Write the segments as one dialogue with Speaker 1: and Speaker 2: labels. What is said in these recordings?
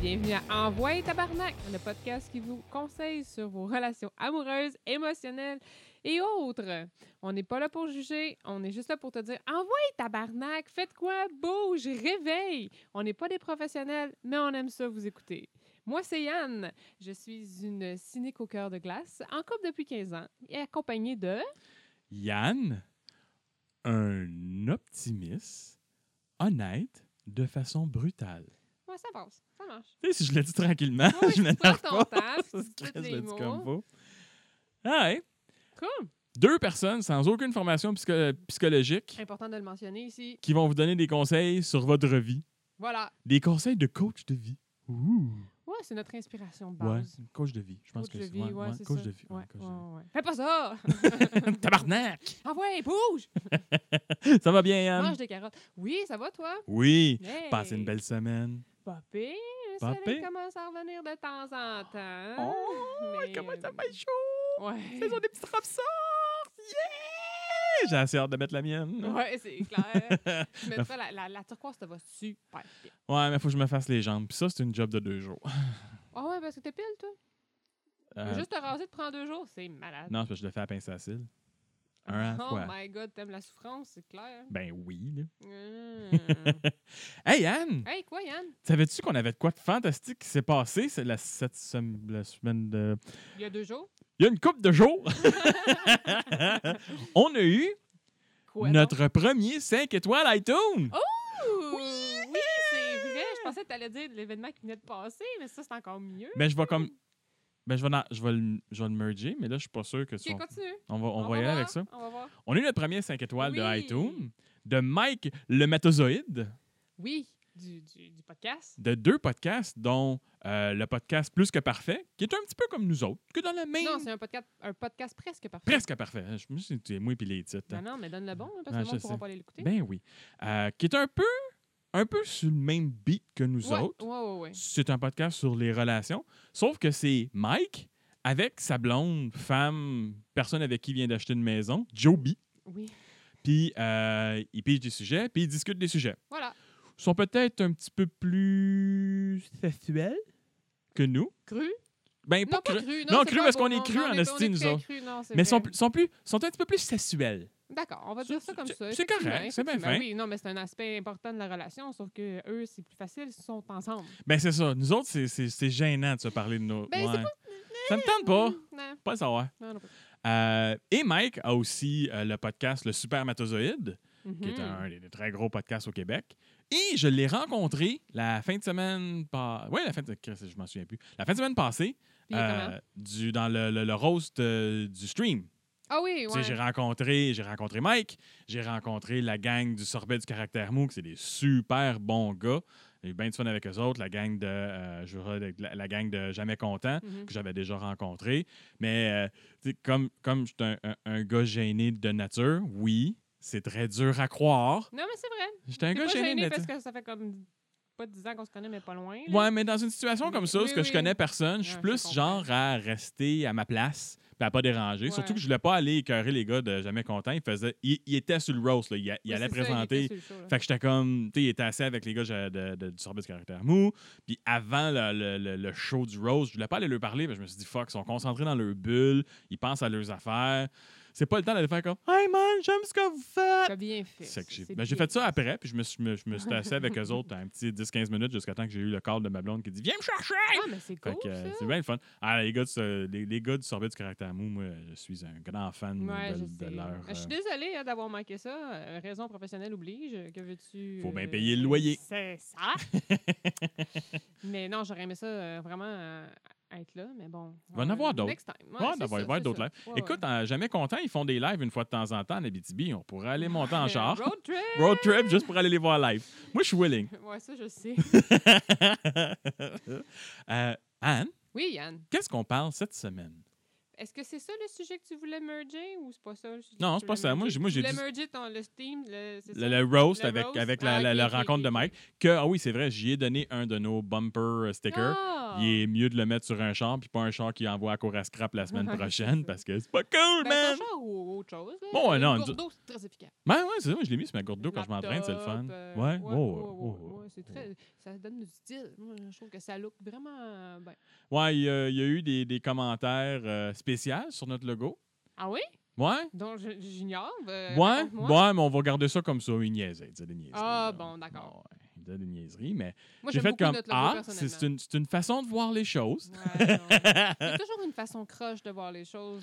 Speaker 1: Bienvenue à Envoyer Tabarnak, le podcast qui vous conseille sur vos relations amoureuses, émotionnelles et autres. On n'est pas là pour juger, on est juste là pour te dire Envoyez Tabarnak, faites quoi, bouge, réveille. On n'est pas des professionnels, mais on aime ça vous écouter. Moi, c'est Yann. Je suis une cynique au cœur de glace, en couple depuis 15 ans et accompagnée de.
Speaker 2: Yann, un optimiste, honnête, de façon brutale.
Speaker 1: Ouais, ça passe, ça marche.
Speaker 2: Tu sais, si je l'ai dit tranquillement,
Speaker 1: Ouais, tu prends
Speaker 2: je m'énerve
Speaker 1: ton
Speaker 2: pas.
Speaker 1: temps, tu
Speaker 2: Ça se
Speaker 1: dis
Speaker 2: crée,
Speaker 1: tous
Speaker 2: je
Speaker 1: les
Speaker 2: le dis
Speaker 1: mots.
Speaker 2: comme faut. Ah ouais.
Speaker 1: Cool.
Speaker 2: Deux personnes sans aucune formation psycho- psychologique
Speaker 1: Important de le mentionner ici.
Speaker 2: qui vont vous donner des conseils sur votre vie.
Speaker 1: Voilà.
Speaker 2: Des conseils de coach de vie. Ouh.
Speaker 1: Ouais, c'est notre inspiration de
Speaker 2: Ouais,
Speaker 1: base.
Speaker 2: coach de vie. Je pense
Speaker 1: Bah, Coach
Speaker 2: que
Speaker 1: de
Speaker 2: c'est
Speaker 1: vie,
Speaker 2: ouais,
Speaker 1: ouais,
Speaker 2: ouais,
Speaker 1: c'est
Speaker 2: coach
Speaker 1: ça.
Speaker 2: de vie. ouais,
Speaker 1: Ouais,
Speaker 2: coach de
Speaker 1: ouais,
Speaker 2: vie.
Speaker 1: ouais. Fais pas ça!
Speaker 2: Tabarnak!
Speaker 1: Ah ouais, bouge!
Speaker 2: Ça va bien, Yann?
Speaker 1: Mange des carottes. Oui, ça va, toi?
Speaker 2: Oui.
Speaker 1: Hey!
Speaker 2: Passez une belle semaine.
Speaker 1: Popée, le
Speaker 2: Pas
Speaker 1: soleil
Speaker 2: pire.
Speaker 1: commence à revenir de temps en temps.
Speaker 2: Oh,
Speaker 1: mais,
Speaker 2: comment ça
Speaker 1: euh,
Speaker 2: fait chaud!
Speaker 1: Ouais.
Speaker 2: Ils ont des petites robes sortes! Yeah! J'ai assez hâte de mettre la mienne.
Speaker 1: Ouais, c'est clair.
Speaker 2: Ouais,
Speaker 1: Tu mettrais la, la, la turquoise, ça va super bien.
Speaker 2: mais faut que je me fasse les jambes. Puis ça, c'est une job de deux jours.
Speaker 1: Ah ouais, parce que t'es pile, toi.
Speaker 2: Euh,
Speaker 1: Juste te raser, te prendre deux jours, c'est malade.
Speaker 2: Non, c'est parce que je le fais à pince à cils. Un à la
Speaker 1: oh
Speaker 2: fois.
Speaker 1: my god, t'aimes la souffrance, c'est clair.
Speaker 2: Ben oui. là.
Speaker 1: Mm.
Speaker 2: Hey Anne,
Speaker 1: hey, quoi, Yann?
Speaker 2: savais-tu qu'on avait de quoi de fantastique qui s'est passé c'est la, cette sem- la semaine de.
Speaker 1: Il y a deux jours?
Speaker 2: Il y a une coupe de jours! On a eu
Speaker 1: Quoi? donc?
Speaker 2: notre premier 5 étoiles iTunes!
Speaker 1: Oh! Ouh, Oui, c'est vrai. Je pensais que tu allais dire de l'événement qui venait de passer, mais ça, c'est encore mieux.
Speaker 2: Mais je vais comme. Ben, je vais, dans- je vais le, je vais le merger, mais là, je suis pas sûr que tu.
Speaker 1: OK, continue.
Speaker 2: On va, on va y aller
Speaker 1: voir,
Speaker 2: avec ça.
Speaker 1: On va voir.
Speaker 2: On a eu notre premier 5 étoiles de
Speaker 1: Oui.
Speaker 2: iTunes de Mike le Matozoïde,
Speaker 1: Oui, du, du, du podcast.
Speaker 2: de deux podcasts, dont euh, le podcast Plus que Parfait, qui est un petit peu comme nous autres, que dans la même.
Speaker 1: Non, c'est un podcast, un podcast presque parfait.
Speaker 2: Presque parfait. Je me suis dit, moi et les titres.
Speaker 1: Ben non, mais donne le bon, hein, parce
Speaker 2: Ah,
Speaker 1: que le monde
Speaker 2: je
Speaker 1: ne pourra
Speaker 2: sais.
Speaker 1: pas aller l'écouter.
Speaker 2: Ben oui. Euh, qui est un peu, un peu sur le même beat que nous
Speaker 1: ouais,
Speaker 2: autres.
Speaker 1: Ouais, ouais, ouais.
Speaker 2: C'est un podcast sur les relations, sauf que c'est Mike avec sa blonde, femme, personne avec qui il vient d'acheter une maison, Joby.
Speaker 1: Oui.
Speaker 2: Puis euh, il pige des sujets, puis il discute des sujets.
Speaker 1: Voilà.
Speaker 2: sont peut-être un petit peu plus sexuels que nous.
Speaker 1: Cru.
Speaker 2: Ben, pas
Speaker 1: non, pas
Speaker 2: cru,
Speaker 1: cru.
Speaker 2: non,
Speaker 1: c'est
Speaker 2: cru
Speaker 1: pas
Speaker 2: parce
Speaker 1: bon,
Speaker 2: qu'on est
Speaker 1: non,
Speaker 2: cru
Speaker 1: non,
Speaker 2: en
Speaker 1: on est- on est
Speaker 2: esti, nous
Speaker 1: très
Speaker 2: autres.
Speaker 1: cru, non, c'est
Speaker 2: mais sont,
Speaker 1: vrai.
Speaker 2: plus- sont, plus, sont un petit peu plus sexuels.
Speaker 1: D'accord, on va dire ça comme
Speaker 2: C'est-
Speaker 1: ça.
Speaker 2: c'est
Speaker 1: effectivement,
Speaker 2: correct, c'est bien
Speaker 1: effectivement.
Speaker 2: fin.
Speaker 1: Oui, non, mais c'est un aspect important de la relation, sauf que eux, c'est plus facile, ils sont ensemble.
Speaker 2: Ben, c'est ça. Nous autres, c'est- c'est c'est gênant de se parler de nos.
Speaker 1: Ben, c'est pas-
Speaker 2: Ça me tente pas.
Speaker 1: Non,
Speaker 2: Pas le savoir.
Speaker 1: non, non. pas.
Speaker 2: Euh, et Mike a aussi euh, le podcast Le Super Matozoïde, qui est
Speaker 1: Mhm.
Speaker 2: un des des très gros podcasts au Québec. Et je l'ai rencontré la fin de semaine. Par... Oui, la fin de. Christ, Je m'en souviens plus. La fin de semaine passée,
Speaker 1: Puis il est
Speaker 2: euh,
Speaker 1: comment?
Speaker 2: du, dans le, le, le roast euh, du stream.
Speaker 1: Ah oui,
Speaker 2: Tu sais,
Speaker 1: ouais.
Speaker 2: J'ai rencontré, j'ai rencontré Mike, j'ai rencontré la gang du sorbet du caractère mou, que c'est des super bons gars. J'ai eu bien du fun avec eux autres, la gang de, euh, je dirais, de- la, la gang de Jamais Content,
Speaker 1: Mhm.
Speaker 2: que j'avais déjà rencontré. Mais euh, tu sais, comme, comme je suis un, un- un gars gêné de nature, oui, c'est très dur à croire.
Speaker 1: Non, mais c'est vrai.
Speaker 2: J'étais un
Speaker 1: T'es
Speaker 2: gars
Speaker 1: pas
Speaker 2: gêné, de
Speaker 1: gêné
Speaker 2: nature.
Speaker 1: parce que ça fait comme pas 10 ans qu'on se connaît, mais pas loin. là.
Speaker 2: Ouais, mais dans une situation comme ça,
Speaker 1: Oui,
Speaker 2: parce que je
Speaker 1: oui.
Speaker 2: connais personne, je suis
Speaker 1: Ouais, je
Speaker 2: plus
Speaker 1: comprends.
Speaker 2: genre à rester à ma place puis à pas déranger. Surtout
Speaker 1: Ouais.
Speaker 2: que je voulais pas aller écœurer les gars de Jamais Content. Ils, faisaient, ils, ils étaient sur le roast, là. ils, ils
Speaker 1: Oui,
Speaker 2: allaient
Speaker 1: c'est ça, il était
Speaker 2: présenter.
Speaker 1: sur le show, là.
Speaker 2: fait que j'étais comme, tu sais, ils étaient assis avec les gars de- de- de- du sorbet du caractère mou. Puis avant le, le- le- le show du roast, je voulais pas aller leur parler. mais je me suis dit, fuck, ils sont concentrés dans leur bulle, ils pensent à leurs affaires. C'est pas le temps d'aller faire comme, hey man, j'aime ce que vous faites.
Speaker 1: T'as bien fait.
Speaker 2: C'est que j'ai
Speaker 1: c'est
Speaker 2: ben, j'ai
Speaker 1: bien.
Speaker 2: fait ça après, puis je me suis, me- je me suis assis avec eux autres un petit 10-15 minutes jusqu'à temps que j'ai eu le call de ma blonde qui dit Viens me chercher!
Speaker 1: Ah, mais c'est
Speaker 2: Fait
Speaker 1: cool.
Speaker 2: que, euh,
Speaker 1: ça.
Speaker 2: c'est bien le fun. Ah, les, gars du, so- les, les gars du sorbet du caractère mou, moi, je suis un grand fan
Speaker 1: Ouais,
Speaker 2: de,
Speaker 1: je
Speaker 2: de
Speaker 1: sais.
Speaker 2: leur.
Speaker 1: Je suis
Speaker 2: euh,
Speaker 1: désolée hein, d'avoir manqué ça. Euh, raison professionnelle oblige. euh, Que veux-tu.
Speaker 2: Faut bien
Speaker 1: euh,
Speaker 2: payer le loyer.
Speaker 1: C'est ça. mais non, j'aurais aimé ça euh, vraiment euh, être là. Mais bon.
Speaker 2: va en avoir d'autres.
Speaker 1: Next time. Ouais,
Speaker 2: Ouais,
Speaker 1: c'est
Speaker 2: d'avoir-
Speaker 1: ça,
Speaker 2: voir
Speaker 1: c'est
Speaker 2: d'autres
Speaker 1: ça.
Speaker 2: lives.
Speaker 1: Ouais,
Speaker 2: Écoute, en jamais content, ils font des lives une fois de temps en temps en Abitibi. On pourrait aller monter en
Speaker 1: ouais.
Speaker 2: char.
Speaker 1: Road trip.
Speaker 2: Road trip juste pour aller les voir live. Moi, je suis willing.
Speaker 1: Ouais, ça, je sais.
Speaker 2: Euh, Anne,
Speaker 1: Oui, Yann.
Speaker 2: Euh, qu'est-ce qu'on parle cette semaine?
Speaker 1: Est-ce que c'est ça le sujet que tu voulais merger ou c'est pas ça le sujet?
Speaker 2: Non,
Speaker 1: que tu
Speaker 2: c'est pas
Speaker 1: voulais
Speaker 2: ça. Moi,
Speaker 1: merger?
Speaker 2: j'ai- moi,
Speaker 1: Tu
Speaker 2: j'ai
Speaker 1: voulais
Speaker 2: dit-
Speaker 1: merger ton, le Steam, le, c'est
Speaker 2: Le,
Speaker 1: ça?
Speaker 2: le roast
Speaker 1: Le
Speaker 2: avec,
Speaker 1: roast?
Speaker 2: avec
Speaker 1: Ah,
Speaker 2: la, la-
Speaker 1: ok,
Speaker 2: la
Speaker 1: ok,
Speaker 2: rencontre de
Speaker 1: ok.
Speaker 2: Mike. Que, ah oui, c'est vrai, j'y ai donné un de nos bumper euh, stickers.
Speaker 1: Ah!
Speaker 2: Il est mieux de le mettre sur un char, puis pas un char qui envoie à cour à scrap la semaine
Speaker 1: Ouais,
Speaker 2: prochaine,
Speaker 1: c'est
Speaker 2: parce que c'est pas cool,
Speaker 1: Ben,
Speaker 2: man!
Speaker 1: c'est un genre ou autre chose. là.
Speaker 2: Bon, ouais,
Speaker 1: Une
Speaker 2: non,
Speaker 1: gourde
Speaker 2: du-
Speaker 1: d'eau, c'est très efficace.
Speaker 2: Ben ouais, c'est ça, moi, je l'ai mis sur ma gourde d'eau quand je m'entraîne, c'est le fun.
Speaker 1: Laptop, euh,
Speaker 2: ouais,
Speaker 1: ouais,
Speaker 2: ouais,
Speaker 1: ouais,
Speaker 2: ouais,
Speaker 1: ouais,
Speaker 2: ouais,
Speaker 1: ouais, c'est très- Ça donne du style. Moi, je trouve que ça look vraiment euh, ben, bien.
Speaker 2: Ouais, il y, a- il y a eu des, des commentaires euh, spéciaux sur notre logo.
Speaker 1: Ah oui?
Speaker 2: Ouais?
Speaker 1: Donc, je- j'ignore. euh,
Speaker 2: ouais?
Speaker 1: raconte-moi.
Speaker 2: Ouais, mais on va garder ça comme ça. Il niaisait, il disait des niaiseries.
Speaker 1: Ah,
Speaker 2: là.
Speaker 1: bon, d'accord.
Speaker 2: Ouais, il disait des niaiseries, mais
Speaker 1: Moi,
Speaker 2: j'ai
Speaker 1: j'aime
Speaker 2: fait
Speaker 1: beaucoup
Speaker 2: comme
Speaker 1: notre logo,
Speaker 2: Ah, c'est
Speaker 1: personnellement.
Speaker 2: c'est une, c'est une façon de voir les choses.
Speaker 1: Ouais, non. Il y a toujours une façon croche de voir les choses.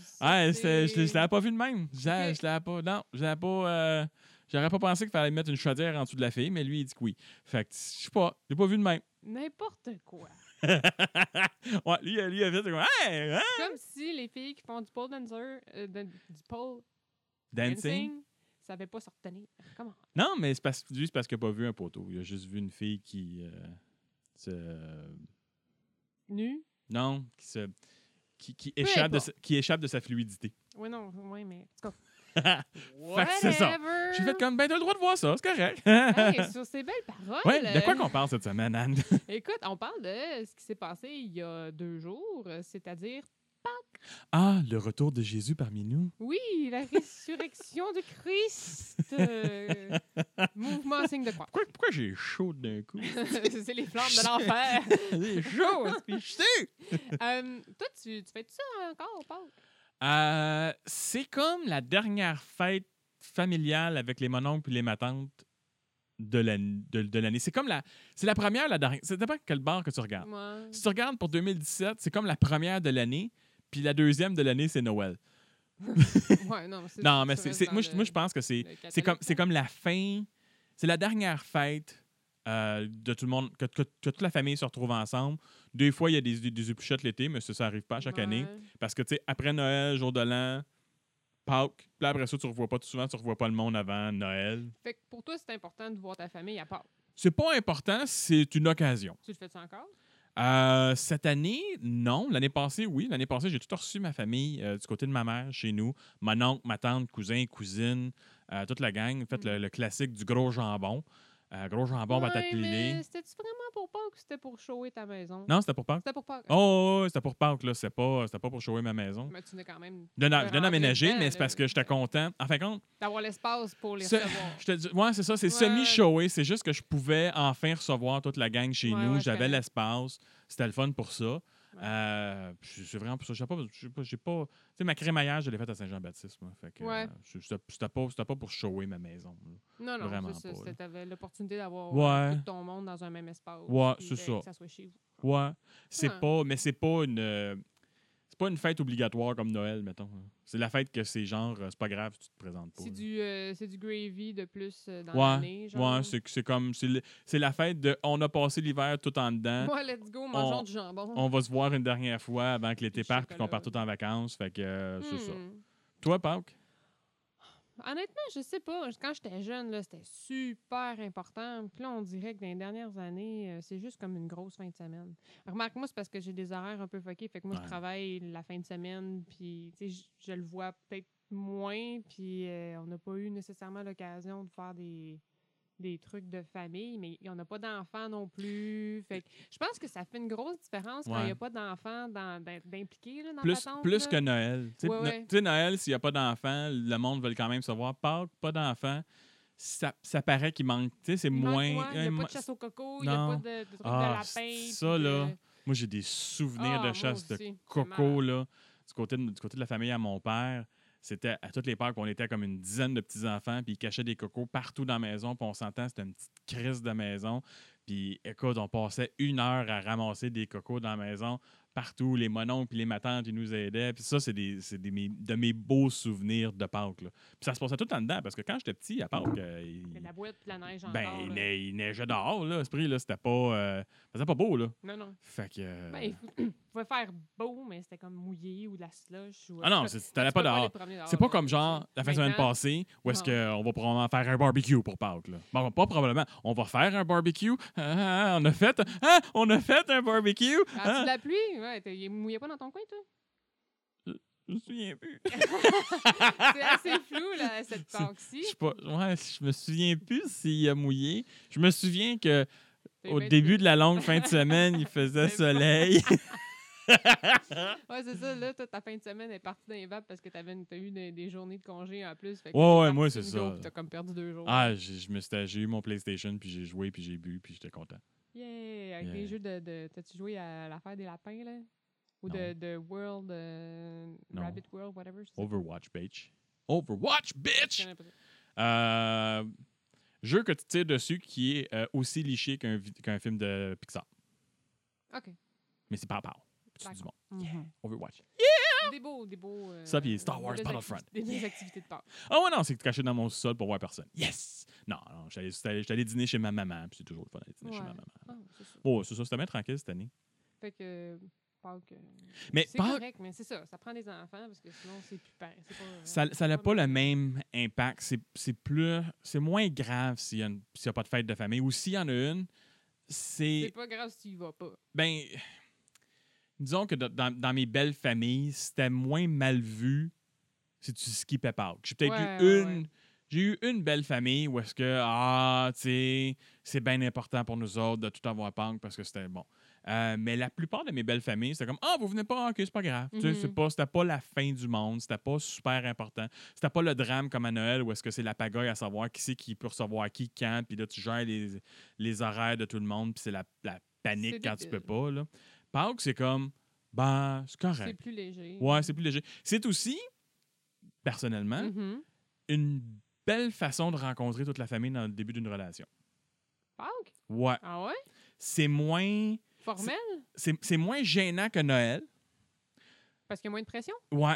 Speaker 1: c'est-
Speaker 2: Ouais, Ah, c'est- je l'ai- je l'avais pas vu de même. Je l'ai-
Speaker 1: Ok.
Speaker 2: je l'avais pas. Non, je l'avais pas. euh, J'aurais pas pensé qu'il fallait mettre une chaudière en dessous de la fille, mais lui, il dit que oui. Fait que, je sais pas, je l'ai pas vu de même.
Speaker 1: N'importe quoi.
Speaker 2: ouais, lui, lui, il a fait comme, hey, hein?
Speaker 1: Comme si les filles qui font du pole dancer, euh, de- du pole
Speaker 2: Dancing.
Speaker 1: dancing, savaient pas se retenir. Comment?
Speaker 2: Non, mais c'est parce, lui, c'est parce qu'il n'a pas vu un poteau. Il a juste vu une fille qui euh, se.
Speaker 1: Nu?
Speaker 2: Non, qui se. Qui, qui
Speaker 1: Peu
Speaker 2: échappe de
Speaker 1: importe.
Speaker 2: sa, qui échappe de sa fluidité.
Speaker 1: Oui, non, oui, mais en tout
Speaker 2: Fait
Speaker 1: cas.
Speaker 2: que c'est ça.
Speaker 1: Whatever.
Speaker 2: J'ai fait comme, ben, t'as le droit de voir ça, c'est correct.
Speaker 1: Ah. Hey, sur ces belles paroles.
Speaker 2: ouais, de quoi
Speaker 1: euh,
Speaker 2: qu'on parle cette semaine, Anne?
Speaker 1: Écoute, on parle de ce qui s'est passé il y a deux jours, euh, c'est-à-dire,
Speaker 2: Ah, le retour de Jésus parmi nous.
Speaker 1: oui, la résurrection de Christ. euh, mouvement en signe de croix.
Speaker 2: Pourquoi, pourquoi j'ai chaud d'un coup?
Speaker 1: c'est les flammes de l'enfer.
Speaker 2: j'ai chaud, puis je sais!
Speaker 1: Euh, toi, tu, tu fais ça encore, Paul?
Speaker 2: Euh, c'est comme la dernière fête familiale avec les mononcles et les matantes de l'année. De, de l'année. c'est comme la. C'est la première, la dernière. Ça dépend quel bar que tu regardes.
Speaker 1: Moi.
Speaker 2: Si tu regardes pour 2017, c'est comme la première de l'année, puis la deuxième de l'année, c'est Noël.
Speaker 1: Ouais, non, c'est-
Speaker 2: Non, mais
Speaker 1: tu
Speaker 2: c'est,
Speaker 1: restes
Speaker 2: c'est-
Speaker 1: dans
Speaker 2: moi, je-
Speaker 1: le-
Speaker 2: moi, je pense que c'est,
Speaker 1: le
Speaker 2: c'est, comme,
Speaker 1: catholique.
Speaker 2: c'est comme la fin. C'est la dernière fête euh, de tout le monde, que, que- que toute la famille se retrouve ensemble. Des fois, il y a des, des, des épluchettes l'été, mais ça, ça arrive pas à chaque année.
Speaker 1: Ouais.
Speaker 2: Parce que, tu sais, après Noël, jour de l'an, Pâques, puis après ça, tu revois pas, souvent, tu revois pas le monde avant Noël.
Speaker 1: Fait que pour toi, c'est important de voir ta famille à part.
Speaker 2: C'est pas important, c'est une occasion.
Speaker 1: Tu le fais-tu encore?
Speaker 2: Euh, cette année, non. L'année passée, oui. L'année passée, j'ai tout reçu ma famille euh, du côté de ma mère, chez nous. Mon oncle, ma tante, cousin, cousine, euh, toute la gang. Faites le, le classique du gros jambon. Euh, gros jambon, patate
Speaker 1: Mm. Ouais,
Speaker 2: pilée.
Speaker 1: mais C'était-tu vraiment pour Pâques ou c'était pour shower ta maison?
Speaker 2: Non, c'était pour Pâques.
Speaker 1: C'était pour Pâques.
Speaker 2: Oh, c'était pour Pâques, là. C'était pas, c'était pas pour shower ma maison.
Speaker 1: Mais tu n'es quand même
Speaker 2: Je l'ai- je
Speaker 1: rentrer
Speaker 2: l'ai aménagé,
Speaker 1: dedans,
Speaker 2: mais c'est
Speaker 1: là.
Speaker 2: parce que j'étais content. En fin de compte,
Speaker 1: d'avoir l'espace pour les
Speaker 2: Ce-
Speaker 1: recevoir.
Speaker 2: Je te dis- ouais, c'est ça, c'est
Speaker 1: Ouais,
Speaker 2: semi-showé. C'est juste que je pouvais enfin recevoir toute la gang chez
Speaker 1: Ouais,
Speaker 2: nous.
Speaker 1: ouais, je
Speaker 2: J'avais
Speaker 1: connais.
Speaker 2: l'espace. C'était le fun pour ça. Euh, puis c'est vraiment pour ça. J'ai pas. j'ai pas- j'ai pas- tu sais, ma crémaillère, je l'ai faite à Saint-Jean-Baptiste. moi. Fait que,
Speaker 1: Ouais.
Speaker 2: euh, c'était c'était pas, c'était pas pour shower ma maison. là.
Speaker 1: Non, non,
Speaker 2: Vraiment
Speaker 1: c'est
Speaker 2: pas,
Speaker 1: ça.
Speaker 2: là.
Speaker 1: T'avais l'opportunité d'avoir
Speaker 2: Ouais.
Speaker 1: euh, tout ton monde dans un même espace.
Speaker 2: Ouais,
Speaker 1: puis
Speaker 2: c'est
Speaker 1: de-
Speaker 2: ça.
Speaker 1: Que ça soit chez vous.
Speaker 2: Ouais. C'est
Speaker 1: Ouais.
Speaker 2: pas. Mais c'est pas une. euh, c'est pas une fête obligatoire comme Noël, mettons. là. C'est la fête que c'est genre, euh, c'est pas grave si tu te présentes pas.
Speaker 1: C'est
Speaker 2: là.
Speaker 1: du, euh, c'est du gravy de plus euh, dans
Speaker 2: Ouais,
Speaker 1: l'année. genre.
Speaker 2: Ouais, c'est c'est comme. C'est le- c'est la fête de. On a passé l'hiver tout en dedans.
Speaker 1: Ouais, let's go, mangeons
Speaker 2: On-
Speaker 1: du jambon.
Speaker 2: on va se voir une dernière fois avant que l'été
Speaker 1: Du
Speaker 2: parte et qu'on
Speaker 1: chocolat.
Speaker 2: parte tout en vacances. Fait que euh, c'est ça.
Speaker 1: Hmm.
Speaker 2: Toi, Pâques?
Speaker 1: Honnêtement, je sais pas. Quand j'étais jeune, là, c'était super important. Puis là, on dirait que dans les dernières années, euh, c'est juste comme une grosse fin de semaine. Remarque-moi, c'est parce que j'ai des horaires un peu fuckés. Fait que moi,
Speaker 2: Ouais.
Speaker 1: je travaille la fin de semaine, puis tu sais, je- je le vois peut-être moins. Puis euh, on n'a pas eu nécessairement l'occasion de faire des des trucs de famille, mais on n'a pas d'enfants non plus. Fait que je pense que ça fait une grosse différence quand il n'y
Speaker 2: Ouais.
Speaker 1: a pas d'enfants dans- d'im- d'impliqués là, dans
Speaker 2: Plus,
Speaker 1: patente,
Speaker 2: plus
Speaker 1: là.
Speaker 2: que Noël. Tu sais,
Speaker 1: Ouais,
Speaker 2: no-
Speaker 1: ouais.
Speaker 2: tu sais, Noël, s'il n'y a pas d'enfants, le monde veut quand même savoir. Pâques, pas d'enfants, ça, ça paraît qu'il manque. Tu sais, c'est
Speaker 1: Il manque,
Speaker 2: moins.
Speaker 1: ouais, Il n'y
Speaker 2: euh,
Speaker 1: a pas
Speaker 2: moi-
Speaker 1: de chasse au coco, il n'y a pas
Speaker 2: Non.
Speaker 1: de, de truc
Speaker 2: Ah,
Speaker 1: de lapin.
Speaker 2: c'est
Speaker 1: puis
Speaker 2: ça, là.
Speaker 1: de-
Speaker 2: Moi, j'ai des souvenirs
Speaker 1: Ah,
Speaker 2: de
Speaker 1: moi
Speaker 2: chasse de
Speaker 1: aussi,
Speaker 2: coco,
Speaker 1: vraiment.
Speaker 2: là, du côté de, du côté de la famille à mon père. C'était à toutes les Pâques, on était comme une dizaine de petits-enfants, puis ils cachaient des cocos partout dans la maison, puis on s'entend, c'était une petite crise de maison. Puis écoute, on passait une heure à ramasser des cocos dans la maison, partout, les monons, puis les matantes, ils nous aidaient. Puis ça, c'est des, c'est des mes- de mes beaux souvenirs de Pâques. là. Puis ça se passait tout en dedans, parce que quand j'étais petit, à Pâques, euh,
Speaker 1: Il y a
Speaker 2: il,
Speaker 1: de la boîte puis de la neige
Speaker 2: ben,
Speaker 1: encore.
Speaker 2: il,
Speaker 1: là.
Speaker 2: ne- il neigeait dehors, là, à ce prix-là, c'était pas... euh, faisait pas beau, là.
Speaker 1: Non, non.
Speaker 2: Fait que. euh,
Speaker 1: Ben, il faut- il pouvait faire beau, mais c'était comme mouillé ou de la slush. Ou...
Speaker 2: Ah non,
Speaker 1: Tu
Speaker 2: c'est- t'allais pas
Speaker 1: peux
Speaker 2: dehors.
Speaker 1: les promener dehors,
Speaker 2: C'est pas
Speaker 1: là,
Speaker 2: comme genre
Speaker 1: ça.
Speaker 2: la fin de semaine
Speaker 1: Ah Maintenant,
Speaker 2: passée où est-ce
Speaker 1: Non.
Speaker 2: qu'on va probablement faire un barbecue pour Pâques. Là. Bon, pas probablement. On va faire un barbecue. Ah, ah, on a fait. Ah, on a fait un barbecue.
Speaker 1: Ah, tu
Speaker 2: Ah.
Speaker 1: de la pluie? Ouais, t'es- il mouillait pas dans ton coin, toi?
Speaker 2: Je me souviens plus.
Speaker 1: C'est assez flou, là, cette
Speaker 2: Ah! C'est-
Speaker 1: taxi.
Speaker 2: Je sais pas. Ouais, je me souviens plus s'il a mouillé. Je me souviens que au début de la longue fin de semaine, il faisait
Speaker 1: C'est bon.
Speaker 2: soleil.
Speaker 1: Ouais, c'est ça. Là, toi, ta fin de semaine est partie dans les vapes parce que t'avais une- t'as eu des, des journées de congé en plus. Fait que
Speaker 2: Ouais,
Speaker 1: t'es
Speaker 2: ouais,
Speaker 1: parti
Speaker 2: moi, c'est
Speaker 1: une go,
Speaker 2: ça.
Speaker 1: puis T'as comme perdu deux jours.
Speaker 2: Ah, j'ai- je me suis- j'ai eu mon PlayStation, puis j'ai joué, puis j'ai bu, puis j'étais content.
Speaker 1: Yeah! Avec
Speaker 2: Yeah.
Speaker 1: les jeux de. de- T'as-tu joué à l'affaire des lapins, là? Ou de, de World. euh,
Speaker 2: Non. Oh,
Speaker 1: Rabbit World, whatever. je sais pas.
Speaker 2: Overwatch, bitch. Overwatch,
Speaker 1: Je
Speaker 2: bitch!
Speaker 1: connais pas ça.
Speaker 2: Euh, jeu que tu tires dessus qui est euh, aussi liché qu'un vi- qu'un film de Pixar.
Speaker 1: Ok.
Speaker 2: Mais c'est pas part. Tu dis bon,
Speaker 1: D'accord. Mhm.
Speaker 2: Overwatch.
Speaker 1: Des beaux, des beaux. euh,
Speaker 2: Ça, puis Star Wars
Speaker 1: des belles
Speaker 2: Battlefront.
Speaker 1: activités- Des belles activités de peur.
Speaker 2: Ah ouais, non, c'est caché dans mon sol pour voir personne. Yes! Non, non, j'étais allé- j'étais allé j'étais allé dîner chez ma maman, puis c'est toujours le fun d'aller dîner chez
Speaker 1: Ouais.
Speaker 2: ma maman.
Speaker 1: Ah, c'est ça.
Speaker 2: Oh, c'est ça, c'était bien tranquille cette année.
Speaker 1: Fait que. Pâques. euh,
Speaker 2: Mais
Speaker 1: C'est
Speaker 2: Pâques-
Speaker 1: correct, mais c'est ça. Ça prend des enfants parce que sinon, c'est plus pareil. C'est hein. pas.
Speaker 2: ça n'a pas le même impact. C'est- C'est plus, c'est moins grave s'il n'y a, une- s'il y a pas de fête de famille ou s'il y en a une.
Speaker 1: C'est
Speaker 2: C'est,
Speaker 1: pas grave si tu y vas pas.
Speaker 2: ben, disons que dans, dans mes belles familles, c'était moins mal vu si tu skippais Pâques. J'ai peut-être
Speaker 1: Ouais, ouais,
Speaker 2: eu une,
Speaker 1: ouais.
Speaker 2: j'ai eu une belle famille où est-ce que, ah, tu sais, c'est bien important pour nous autres de tout avoir Pâques parce que c'était bon. Euh, mais la plupart de mes belles familles, c'était comme Ah, vous venez pas, ok, c'est pas grave. Tu sais,
Speaker 1: Mhm.
Speaker 2: c'est pas, c'était pas la fin du monde, c'était pas super important. C'était pas le drame comme à Noël où est-ce que c'est la pagaille à savoir qui c'est qui peut recevoir qui, quand, puis là, tu gères les, les horaires de tout le monde, puis c'est la, la panique
Speaker 1: C'est
Speaker 2: quand tu peux
Speaker 1: débile.
Speaker 2: pas. Là. Pâques, c'est comme Ben, c'est
Speaker 1: C'est
Speaker 2: correct.
Speaker 1: plus léger.
Speaker 2: Ouais, hein? c'est plus léger. C'est aussi, personnellement,
Speaker 1: Mhm.
Speaker 2: une belle façon de rencontrer toute la famille dans le début d'une relation.
Speaker 1: Pâques?
Speaker 2: Ouais.
Speaker 1: Ah ouais?
Speaker 2: C'est moins,
Speaker 1: Formel?
Speaker 2: c'est c'est moins gênant que Noël.
Speaker 1: Parce qu'il y a moins de pression?
Speaker 2: Ouais.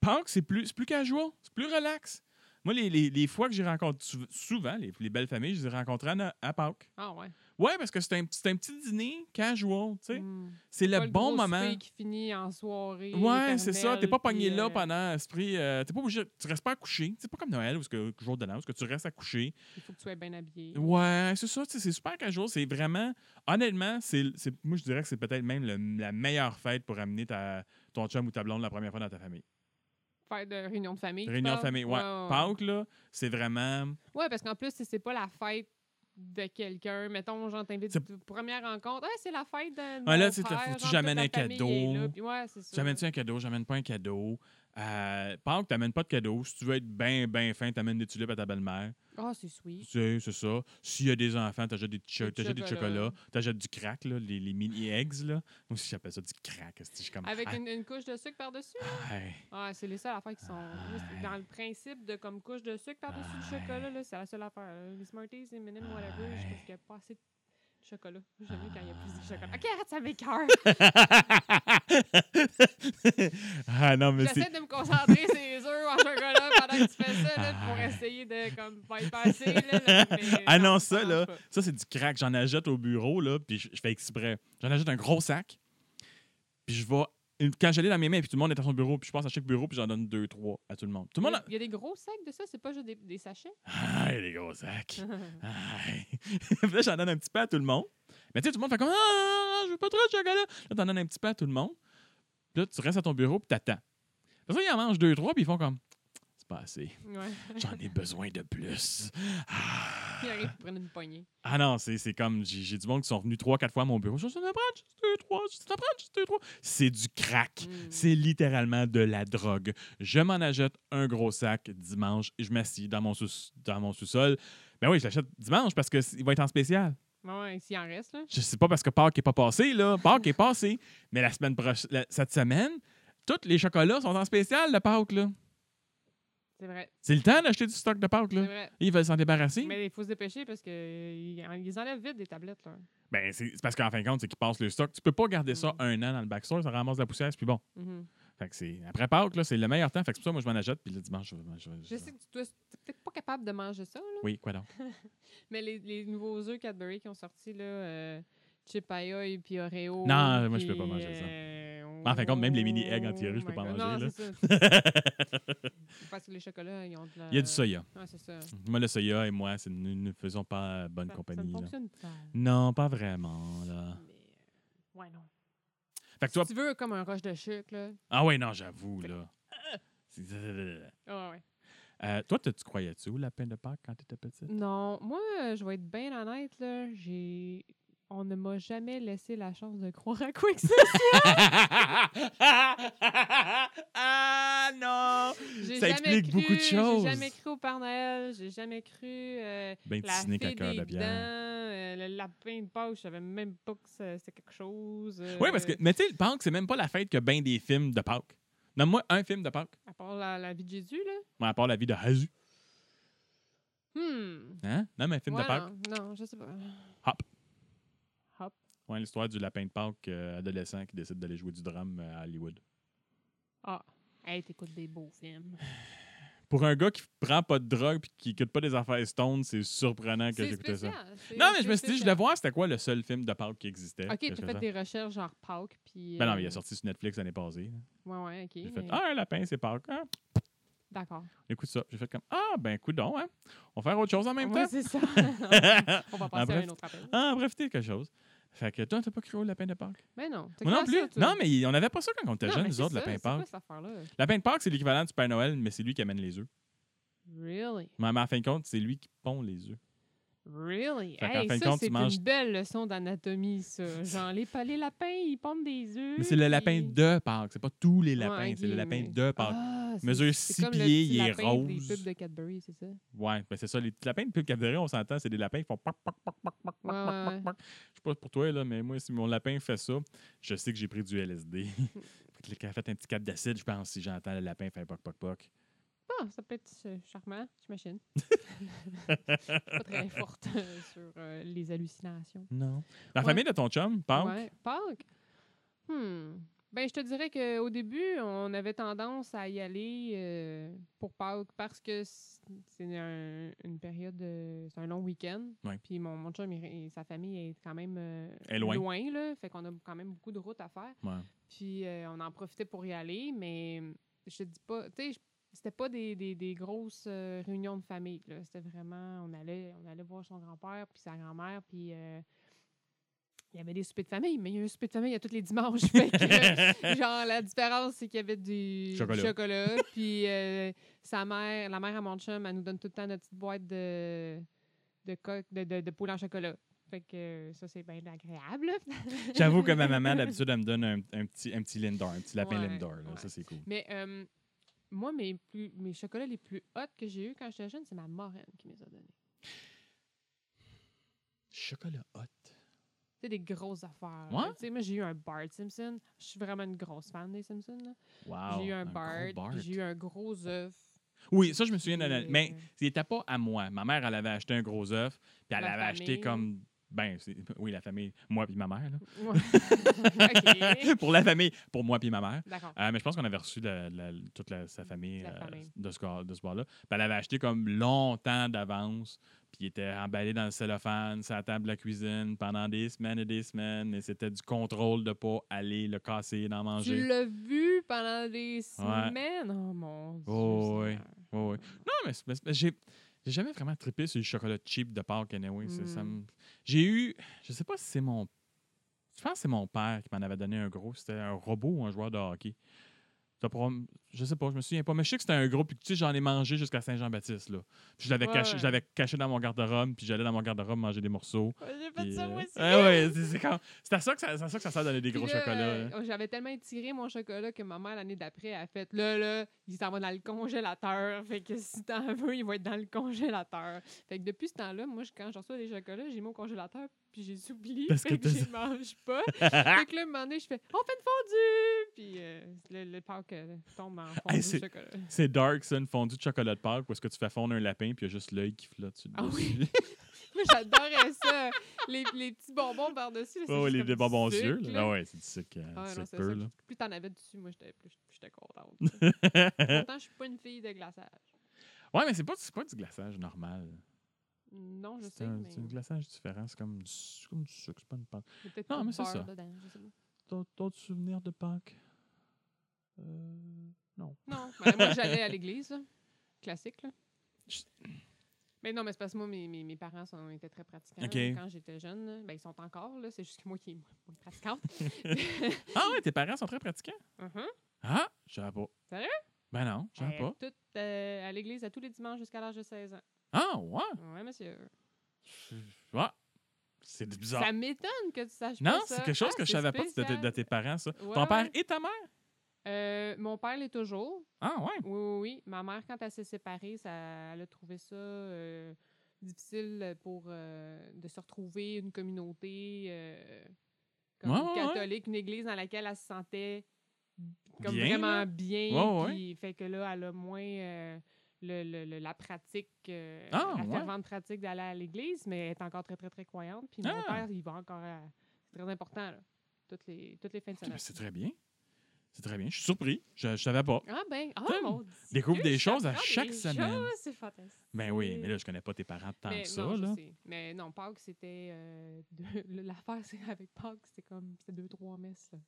Speaker 2: Pâques, c'est plus, c'est plus casual, c'est plus relax. Moi, les, les- les fois que j'ai rencontré, sou- souvent, les, les belles familles, je les ai rencontrées à, No- à Pâques.
Speaker 1: Ah ouais.
Speaker 2: Ouais, parce que c'est un, c'est un petit dîner casual, tu sais.
Speaker 1: Mm.
Speaker 2: C'est le
Speaker 1: Pas
Speaker 2: bon
Speaker 1: gros
Speaker 2: moment.
Speaker 1: souper qui finit en soirée.
Speaker 2: Ouais, c'est ça.
Speaker 1: éternel,
Speaker 2: T'es pas pogné
Speaker 1: puis,
Speaker 2: là
Speaker 1: euh,
Speaker 2: pendant esprit. euh, t'es pas obligé. Tu restes pas à coucher. C'est pas comme Noël ou que jour de l'an, où ce que tu restes à coucher.
Speaker 1: Il faut que tu sois bien habillé.
Speaker 2: Ouais, c'est ça, tu sais, c'est super casual. C'est vraiment, honnêtement, c'est, c'est- moi je dirais que c'est peut-être même le- la meilleure fête pour amener ta, ton chum ou ta blonde la première fois dans ta famille.
Speaker 1: Faire de réunion de famille. tu
Speaker 2: Réunion de
Speaker 1: parles?
Speaker 2: famille, ouais. Pâques, là, c'est vraiment.
Speaker 1: Ouais, parce qu'en plus, c'est- c'est pas la fête de quelqu'un. Mettons, genre, t'invites
Speaker 2: C'est-
Speaker 1: une première rencontre. Ah, c'est la fête de. de
Speaker 2: Ah, là,
Speaker 1: mon
Speaker 2: tu sais, t'as-
Speaker 1: frère,
Speaker 2: faut que tu
Speaker 1: genre,
Speaker 2: j'amène
Speaker 1: toute la
Speaker 2: un
Speaker 1: famille
Speaker 2: cadeau.
Speaker 1: est là, puis ouais, c'est ça.
Speaker 2: J'amène-tu un cadeau, j'amène pas un cadeau. Euh, Pâques, t'amènes pas de cadeau. Si tu veux être bien, bien fin, t'amènes des tulipes à ta belle-mère.
Speaker 1: Ah, c'est sweet.
Speaker 2: Tu sais, c'est ça. S'il y a des enfants, t'achètes des, t-shirts,
Speaker 1: Des
Speaker 2: t'achètes des
Speaker 1: chocolats.
Speaker 2: chocolats, t'achètes du crack, là, les, les mini-eggs. Là. Moi aussi, j'appelle ça du crack. esti, Je suis comme,
Speaker 1: Avec
Speaker 2: ah,
Speaker 1: une, une couche de sucre par-dessus.
Speaker 2: ouais.
Speaker 1: Ah, c'est les seules affaires qui sont. Moi, c'est
Speaker 2: Ah, Ouais.
Speaker 1: Dans le principe de comme couche de sucre par-dessus le
Speaker 2: Ouais.
Speaker 1: chocolat, là, c'est la seule affaire. là. Les Smarties, les M&M's, whatever, je trouve qu'il n'y a pas assez de chocolat. J'aime mieux quand il y a plus de chocolat. Ok, arrête, ça m'écœure.
Speaker 2: ah non, mais c'est.
Speaker 1: J'essaie de me concentrer sur les œufs en chocolat pendant que tu fais ça, là, pour
Speaker 2: Ah.
Speaker 1: essayer de comme bypasser. Là, là, mais
Speaker 2: Ah
Speaker 1: non,
Speaker 2: non,
Speaker 1: ça
Speaker 2: ça, là,
Speaker 1: marche pas.
Speaker 2: ça, c'est du crack. J'en achète au bureau, là, puis je, je fais exprès. J'en achète un gros sac, puis je vais. une- Quand j'allais dans mes mains, puis tout le monde est à son bureau, puis je passe à chaque bureau, puis j'en donne deux, trois à tout le monde. Tout le monde a.
Speaker 1: Il y a des gros sacs de ça, c'est pas juste des, des sachets.
Speaker 2: Ah, les gros sacs. Aïe. Puis là, j'en donne un petit peu à tout le monde. Mais tu sais, tout le monde fait comme Ah, je veux pas trop de chocolat. Là, t'en donnes un petit peu à tout le monde. Puis là, tu restes à ton bureau, puis t'attends. Parce que ils en mangent deux, trois, puis ils font comme C'est pas assez.
Speaker 1: Ouais.
Speaker 2: J'en ai besoin de plus.
Speaker 1: Ils arrivent pour prendre une poignée.
Speaker 2: Ah non, c'est c'est comme, j'ai j'ai du monde qui sont venus trois, quatre fois à mon bureau. Je dis, Ça t'en prend juste deux, trois, ça t'en prend juste deux, trois. C'est du crack.
Speaker 1: Mm.
Speaker 2: C'est littéralement de la drogue. Je m'en achète un gros sac dimanche et je m'assis dans mon sous- dans mon sous-sol. ben oui, je l'achète dimanche parce qu'il va être en spécial.
Speaker 1: Hmm. Ouais, s'il en reste, là.
Speaker 2: Je sais pas parce que Pâques n'est pas passé, là. Pâques est passé. Mais la semaine prochaine, la- cette semaine, tous les chocolats sont en spécial de Pâques, là.
Speaker 1: C'est vrai.
Speaker 2: C'est le temps d'acheter du stock de Pâques,
Speaker 1: C'est
Speaker 2: là.
Speaker 1: vrai.
Speaker 2: Ils veulent s'en débarrasser.
Speaker 1: Mais il faut se dépêcher parce qu'ils ils enlèvent vite des tablettes, là.
Speaker 2: Ben, c'est c'est parce qu'en fin de compte, c'est qu'ils passent le stock. Tu peux pas garder ça
Speaker 1: Mm.
Speaker 2: un an dans le backstore, ça ramasse la poussière, c'est plus bon.
Speaker 1: Mhm.
Speaker 2: Fait que c'est après Pâques, là, c'est le meilleur temps. Fait que c'est pour ça, moi, je m'en achète, puis le dimanche, je, je- je-
Speaker 1: Je sais Euh. que tu dois- t'es peut-être pas capable de manger ça, là.
Speaker 2: Oui, quoi donc?
Speaker 1: Mais les, les nouveaux œufs Cadbury qui ont sorti, là, euh, Chip et puis Oreo. euh,
Speaker 2: Non, moi, je peux pas manger ça.
Speaker 1: ça.
Speaker 2: En fin de compte, même les mini eggs en théorie, je peux
Speaker 1: Oh
Speaker 2: pas manger, là.
Speaker 1: Parce que les chocolats, ils ont de la...
Speaker 2: Il y a du soya.
Speaker 1: Ouais, c'est ça.
Speaker 2: Moi, le soya et moi, c'est- nous ne faisons pas bonne
Speaker 1: Ça-
Speaker 2: compagnie.
Speaker 1: Ça ne
Speaker 2: là.
Speaker 1: fonctionne pas.
Speaker 2: Non, pas vraiment, là.
Speaker 1: Mais, euh, ouais, non.
Speaker 2: Fait que toi.
Speaker 1: Si tu veux, comme un roche de chuc, là.
Speaker 2: Ah ouais, non, j'avoue, là. C'est-
Speaker 1: Ah ouais.
Speaker 2: Euh, toi, tu tu croyais-tu au lapin de Pâques quand tu étais petite?
Speaker 1: Non, moi, euh, je vais être bien honnête, là. J'ai. On ne m'a jamais laissé la chance de croire à quoi que ça.
Speaker 2: ah non!
Speaker 1: J'ai
Speaker 2: Ça
Speaker 1: jamais
Speaker 2: explique
Speaker 1: cru-
Speaker 2: beaucoup de choses.
Speaker 1: J'ai jamais cru au Père Noël. J'ai jamais cru. euh,
Speaker 2: Ben,
Speaker 1: la
Speaker 2: petit à
Speaker 1: fée
Speaker 2: cœur
Speaker 1: des
Speaker 2: de
Speaker 1: dents,
Speaker 2: bière.
Speaker 1: euh, le lapin de Pâques, je savais même pas que ça- c'était quelque chose. euh,
Speaker 2: Oui, parce que, mais tu sais, Pâques, c'est même pas la fête que ben des films de Pâques. Nomme-moi un film de Pâques,
Speaker 1: À part la, la vie de Jésus, là.
Speaker 2: Bon, à part la vie de Jésus.
Speaker 1: Hmm.
Speaker 2: Hein? Nomme un film
Speaker 1: Ouais,
Speaker 2: de Pâques.
Speaker 1: Non, non, je sais pas.
Speaker 2: Hop.
Speaker 1: Hop.
Speaker 2: Ouais, l'histoire du lapin de Pâques euh, adolescent qui décide d'aller jouer du drame euh, à Hollywood.
Speaker 1: Ah. Hey, t'écoutes des beaux films.
Speaker 2: Pour un gars qui prend pas de drogue puis qui écoute pas des affaires Stone, c'est surprenant que
Speaker 1: C'est
Speaker 2: j'écoutais ça.
Speaker 1: spécial, c'est-
Speaker 2: Non, mais je
Speaker 1: c'est
Speaker 2: me suis dit, je
Speaker 1: spécial.
Speaker 2: voulais voir c'était quoi le seul film de Pâques qui existait.
Speaker 1: Ok,
Speaker 2: que je
Speaker 1: t'as fait
Speaker 2: faisais.
Speaker 1: des recherches genre Pâques, puis.
Speaker 2: Ben non, mais il
Speaker 1: euh,
Speaker 2: est sorti sur Netflix l'année passée. là.
Speaker 1: Ouais, ouais, ok.
Speaker 2: J'ai fait
Speaker 1: mais-
Speaker 2: Ah, un lapin, c'est Pâques. Ah,
Speaker 1: D'accord.
Speaker 2: écoute ça. J'ai fait comme Ah, ben, coudon, hein. On va faire autre chose en même
Speaker 1: Ouais,
Speaker 2: temps.
Speaker 1: c'est ça. On va passer à
Speaker 2: bref.
Speaker 1: un autre appel.
Speaker 2: Ah, en bref, t'es quelque chose. Fait que toi, t'as pas cru au lapin de Pâques?
Speaker 1: Mais Ben non. t'as
Speaker 2: Moi non
Speaker 1: classe,
Speaker 2: plus.
Speaker 1: ça, toi.
Speaker 2: non, mais on n'avait pas ça quand on était
Speaker 1: Non,
Speaker 2: jeunes,
Speaker 1: mais
Speaker 2: nous
Speaker 1: c'est
Speaker 2: autres,
Speaker 1: ça,
Speaker 2: lapin de
Speaker 1: c'est quoi
Speaker 2: Pâques.
Speaker 1: cette affaire-là?
Speaker 2: Lapin de Pâques, c'est l'équivalent du Père Noël, mais c'est lui qui amène les œufs.
Speaker 1: Really?
Speaker 2: Mais en fin de compte, c'est lui qui pond les œufs.
Speaker 1: Really?
Speaker 2: Fait qu'en
Speaker 1: Hey,
Speaker 2: fin de
Speaker 1: ça,
Speaker 2: compte,
Speaker 1: c'est
Speaker 2: tu manges-
Speaker 1: une belle leçon d'anatomie, ça. Genre, les, pa- les lapins, ils pondent des œufs.
Speaker 2: Mais c'est le lapin
Speaker 1: puis-
Speaker 2: de Pâques. C'est pas tous les lapins,
Speaker 1: Ouais,
Speaker 2: c'est le
Speaker 1: ok,
Speaker 2: lapin
Speaker 1: mais-
Speaker 2: de Pâques.
Speaker 1: Ah, c'est-
Speaker 2: Mesure
Speaker 1: c'est
Speaker 2: six
Speaker 1: comme le
Speaker 2: pieds,
Speaker 1: petit
Speaker 2: il est
Speaker 1: lapin des
Speaker 2: rose.
Speaker 1: pubs de Cadbury, c'est ça?
Speaker 2: Ouais, ben c'est ça, les petits lapins de pub Cadbury, on s'entend, c'est des lapins qui font pac, pac, pac, pac, pac, pac,
Speaker 1: Ouais,
Speaker 2: pac,
Speaker 1: ouais.
Speaker 2: pac, pac. Je sais pas pour toi, là, mais moi, si mon lapin fait ça, je sais que j'ai pris du LSD. Fait que a fait un petit cap d'acide, je pense, si j'entends le lapin faire poc, poc, poc.
Speaker 1: Ah, ça peut être euh, charmant, j'imagine. Je suis pas très forte euh, sur euh, les hallucinations.
Speaker 2: Non. La
Speaker 1: Ouais.
Speaker 2: famille de ton chum, Pâques,
Speaker 1: Ouais. Pâques? Hmm. Ben, je te dirais qu'au début, on avait tendance à y aller euh, pour Pâques parce que c- c'est un- une période, euh, c'est un long week-end.
Speaker 2: Ouais.
Speaker 1: Puis mon, mon chum il- et sa famille est quand même euh,
Speaker 2: Est loin.
Speaker 1: là. Fait qu'on a quand même beaucoup de routes à faire.
Speaker 2: Ouais.
Speaker 1: Puis euh, on en profitait pour y aller, mais je te dis pas, tu sais, je- c'était pas des, des- des grosses euh, réunions de famille. là. C'était vraiment, on allait, on allait voir son grand-père, puis sa grand-mère, puis euh, il y avait des soupers de famille, mais il y a un souper de famille à tous les dimanches. fait que, euh, genre, la différence, c'est qu'il y avait du
Speaker 2: Chocolat.
Speaker 1: chocolat, puis euh, sa mère, la mère à mon chum, elle nous donne tout le temps notre petite boîte de, de, coque- de, de, de poule en chocolat. Fait que euh, ça, c'est bien agréable. là.
Speaker 2: J'avoue que ma maman, d'habitude, elle me donne un, un petit, un petit Lindor, un petit lapin
Speaker 1: Ouais,
Speaker 2: Lindor. là.
Speaker 1: ouais.
Speaker 2: Ça, c'est cool.
Speaker 1: Mais euh, moi, mes, plus, mes chocolats les plus hot que j'ai eu quand j'étais jeune, c'est ma marraine qui me les a donnés.
Speaker 2: Chocolat hot.
Speaker 1: C'est des grosses affaires.
Speaker 2: Ouais?
Speaker 1: là. Tu sais, moi, j'ai eu un Bart Simpson. Je suis vraiment une grosse fan des Simpsons. là.
Speaker 2: Wow.
Speaker 1: j'ai eu un,
Speaker 2: Oh, gros
Speaker 1: Bart, puis j'ai eu un gros œuf.
Speaker 2: Oui, ça, je me souviens.
Speaker 1: Puis,
Speaker 2: de la-
Speaker 1: euh,
Speaker 2: Mais il n'était pas à moi. Ma mère, elle avait acheté un gros œuf, puis elle
Speaker 1: La
Speaker 2: l'avait acheté
Speaker 1: famille.
Speaker 2: comme. Ben, c'est- oui, la famille, moi puis ma mère. là.
Speaker 1: Ouais. euh, OK.
Speaker 2: pour la famille, pour moi puis ma mère.
Speaker 1: D'accord.
Speaker 2: Euh, mais je pense qu'on avait reçu la- la- toute la- sa famille,
Speaker 1: La
Speaker 2: euh,
Speaker 1: famille.
Speaker 2: de ce, gars- de ce bar-là. Puis elle avait acheté comme longtemps d'avance. Puis il était emballé dans le cellophane, sa table de la cuisine pendant des semaines et des semaines. Et c'était du contrôle de pas aller le casser, d'en manger.
Speaker 1: Tu l'as vu pendant des semaines. Oh mon Dieu.
Speaker 2: Oh, oui.
Speaker 1: Seigneur.
Speaker 2: Ouais, ouais. Non, mais, c'est- mais c'est- mais j'ai. J'ai jamais vraiment trippé sur le chocolat cheap de Pâques, anyway. C'est- ça
Speaker 1: Mm.
Speaker 2: me- J'ai eu. Je sais pas si c'est mon. Je pense que c'est mon père qui m'en avait donné un gros. C'était un robot ou un joueur de hockey. T'as probab- Je sais pas, je me souviens pas. Mais je sais que c'était un gros. Puis tu sais, j'en ai mangé jusqu'à Saint-Jean-Baptiste, là. Puis je l'avais
Speaker 1: Ouais,
Speaker 2: caché,
Speaker 1: ouais.
Speaker 2: je l'avais caché dans mon garde-robe. Puis j'allais dans mon garde-robe manger des morceaux.
Speaker 1: Oh, J'ai fait
Speaker 2: puis,
Speaker 1: ça
Speaker 2: euh,
Speaker 1: moi aussi.
Speaker 2: ouais, ouais, c'est- c'est quand- c'est à ça que ça, c'est à ça que ça sert de donner des
Speaker 1: Puis
Speaker 2: gros
Speaker 1: là,
Speaker 2: chocolats. hein.
Speaker 1: euh, J'avais tellement étiré mon chocolat que ma mère, l'année d'après, a fait là, là, il s'en va dans le congélateur. Fait que si t'en veux, il va être dans le congélateur. Fait que depuis ce temps-là, moi, je- quand je reçois des chocolats, j'ai mis au congélateur, puis je les oublie.
Speaker 2: Parce
Speaker 1: fait
Speaker 2: que
Speaker 1: que
Speaker 2: t'as-
Speaker 1: je les mange pas. fait que là, un moment donné, je fais on fait une fondue. Puis euh, le, le Pâques euh, tombe en fondue
Speaker 2: Hey,
Speaker 1: de
Speaker 2: c'est-
Speaker 1: chocolat.
Speaker 2: C'est dark, ça, une fondue de chocolat de Pâques, où est-ce que tu fais fondre un lapin, puis il y a juste l'œil qui flotte sur le
Speaker 1: Ah oui.
Speaker 2: dessus.
Speaker 1: Moi, j'adorais ça. Les, les petits bonbons par-dessus. là, c'est
Speaker 2: Ah ouais,
Speaker 1: juste
Speaker 2: les
Speaker 1: comme
Speaker 2: des
Speaker 1: du
Speaker 2: bonbons aux
Speaker 1: sucre,
Speaker 2: yeux.
Speaker 1: là.
Speaker 2: Là. Ah ouais, c'est du sucre, euh,
Speaker 1: Ah
Speaker 2: du
Speaker 1: non,
Speaker 2: sucre
Speaker 1: c'est
Speaker 2: peu,
Speaker 1: ça.
Speaker 2: là.
Speaker 1: Plus t'en avais dessus, moi, j'étais plus j'étais contente. Pourtant, je suis pas une fille de glaçage.
Speaker 2: Ouais, mais c'est pas, c'est pas du glaçage normal.
Speaker 1: Non, je
Speaker 2: C'est
Speaker 1: sais,
Speaker 2: un,
Speaker 1: mais
Speaker 2: c'est un glaçage différent. C'est comme, du su- comme du sucre, c'est pas une pâte.
Speaker 1: il y a peut-être
Speaker 2: Non,
Speaker 1: pas de
Speaker 2: mais c'est
Speaker 1: beurre
Speaker 2: ça.
Speaker 1: dedans, je sais pas.
Speaker 2: D'autres d'autres souvenirs de Pâques? Euh, non.
Speaker 1: Non, ben, moi j'allais à l'église, là. classique. Là.
Speaker 2: Je-
Speaker 1: Mais non, mais c'est parce que moi, mes, mes, mes parents sont, étaient très pratiquants
Speaker 2: OK.
Speaker 1: là, quand j'étais jeune. là. Ben, ils sont encore, là. C'est juste que moi qui est moins, moins pratiquante.
Speaker 2: Ah ouais, tes parents sont très pratiquants?
Speaker 1: Mhm.
Speaker 2: Ah, je savais pas.
Speaker 1: Sérieux?
Speaker 2: Ben non, je savais
Speaker 1: Euh,
Speaker 2: pas.
Speaker 1: toutes, euh, à l'église, à tous les dimanches jusqu'à l'âge de 16 ans.
Speaker 2: Ah ouais?
Speaker 1: Oui, monsieur.
Speaker 2: Ouais. C'est bizarre.
Speaker 1: Ça m'étonne que tu saches pas
Speaker 2: Non,
Speaker 1: ça.
Speaker 2: c'est quelque chose
Speaker 1: Ah,
Speaker 2: que je
Speaker 1: c'est
Speaker 2: savais pas de, tes-
Speaker 1: spécial.
Speaker 2: de tes parents, ça.
Speaker 1: Ouais,
Speaker 2: Ton père
Speaker 1: ouais.
Speaker 2: et ta mère?
Speaker 1: Euh, mon père l'est toujours.
Speaker 2: Ah ouais.
Speaker 1: Oui, oui, oui. Ma mère, quand elle s'est séparée, ça, elle a trouvé ça euh, difficile pour euh, de se retrouver une communauté euh, comme
Speaker 2: Ouais, ouais, ouais.
Speaker 1: catholique, une église dans laquelle elle se sentait comme
Speaker 2: Bien,
Speaker 1: vraiment
Speaker 2: là.
Speaker 1: bien.
Speaker 2: Ouais, ouais.
Speaker 1: puis fait que là, elle a moins euh, le- le- le- la pratique, euh,
Speaker 2: Ah,
Speaker 1: la
Speaker 2: ouais.
Speaker 1: fervente pratique d'aller à l'église, mais elle est encore très, très, très croyante. Puis mon
Speaker 2: Ah.
Speaker 1: père, il va encore à... C'est très important, là. Toutes les, toutes les fins de
Speaker 2: Ben,
Speaker 1: semaine.
Speaker 2: C'est très bien. C'est très bien. Je suis surpris. Je, je savais pas.
Speaker 1: Ah ben, ah
Speaker 2: Tom,
Speaker 1: mon Dieu,
Speaker 2: découvre des
Speaker 1: je
Speaker 2: choses à
Speaker 1: t'apprends
Speaker 2: chaque
Speaker 1: des
Speaker 2: semaine.
Speaker 1: choses, C'est fantastique.
Speaker 2: Ben oui, mais là, je connais pas tes parents tant
Speaker 1: Mais
Speaker 2: que ça,
Speaker 1: non, je
Speaker 2: là.
Speaker 1: sais. Mais non, Pâques, c'était. euh, deux- L'affaire, c'est avec Pâques, c'était comme. C'était deux, trois messes, là.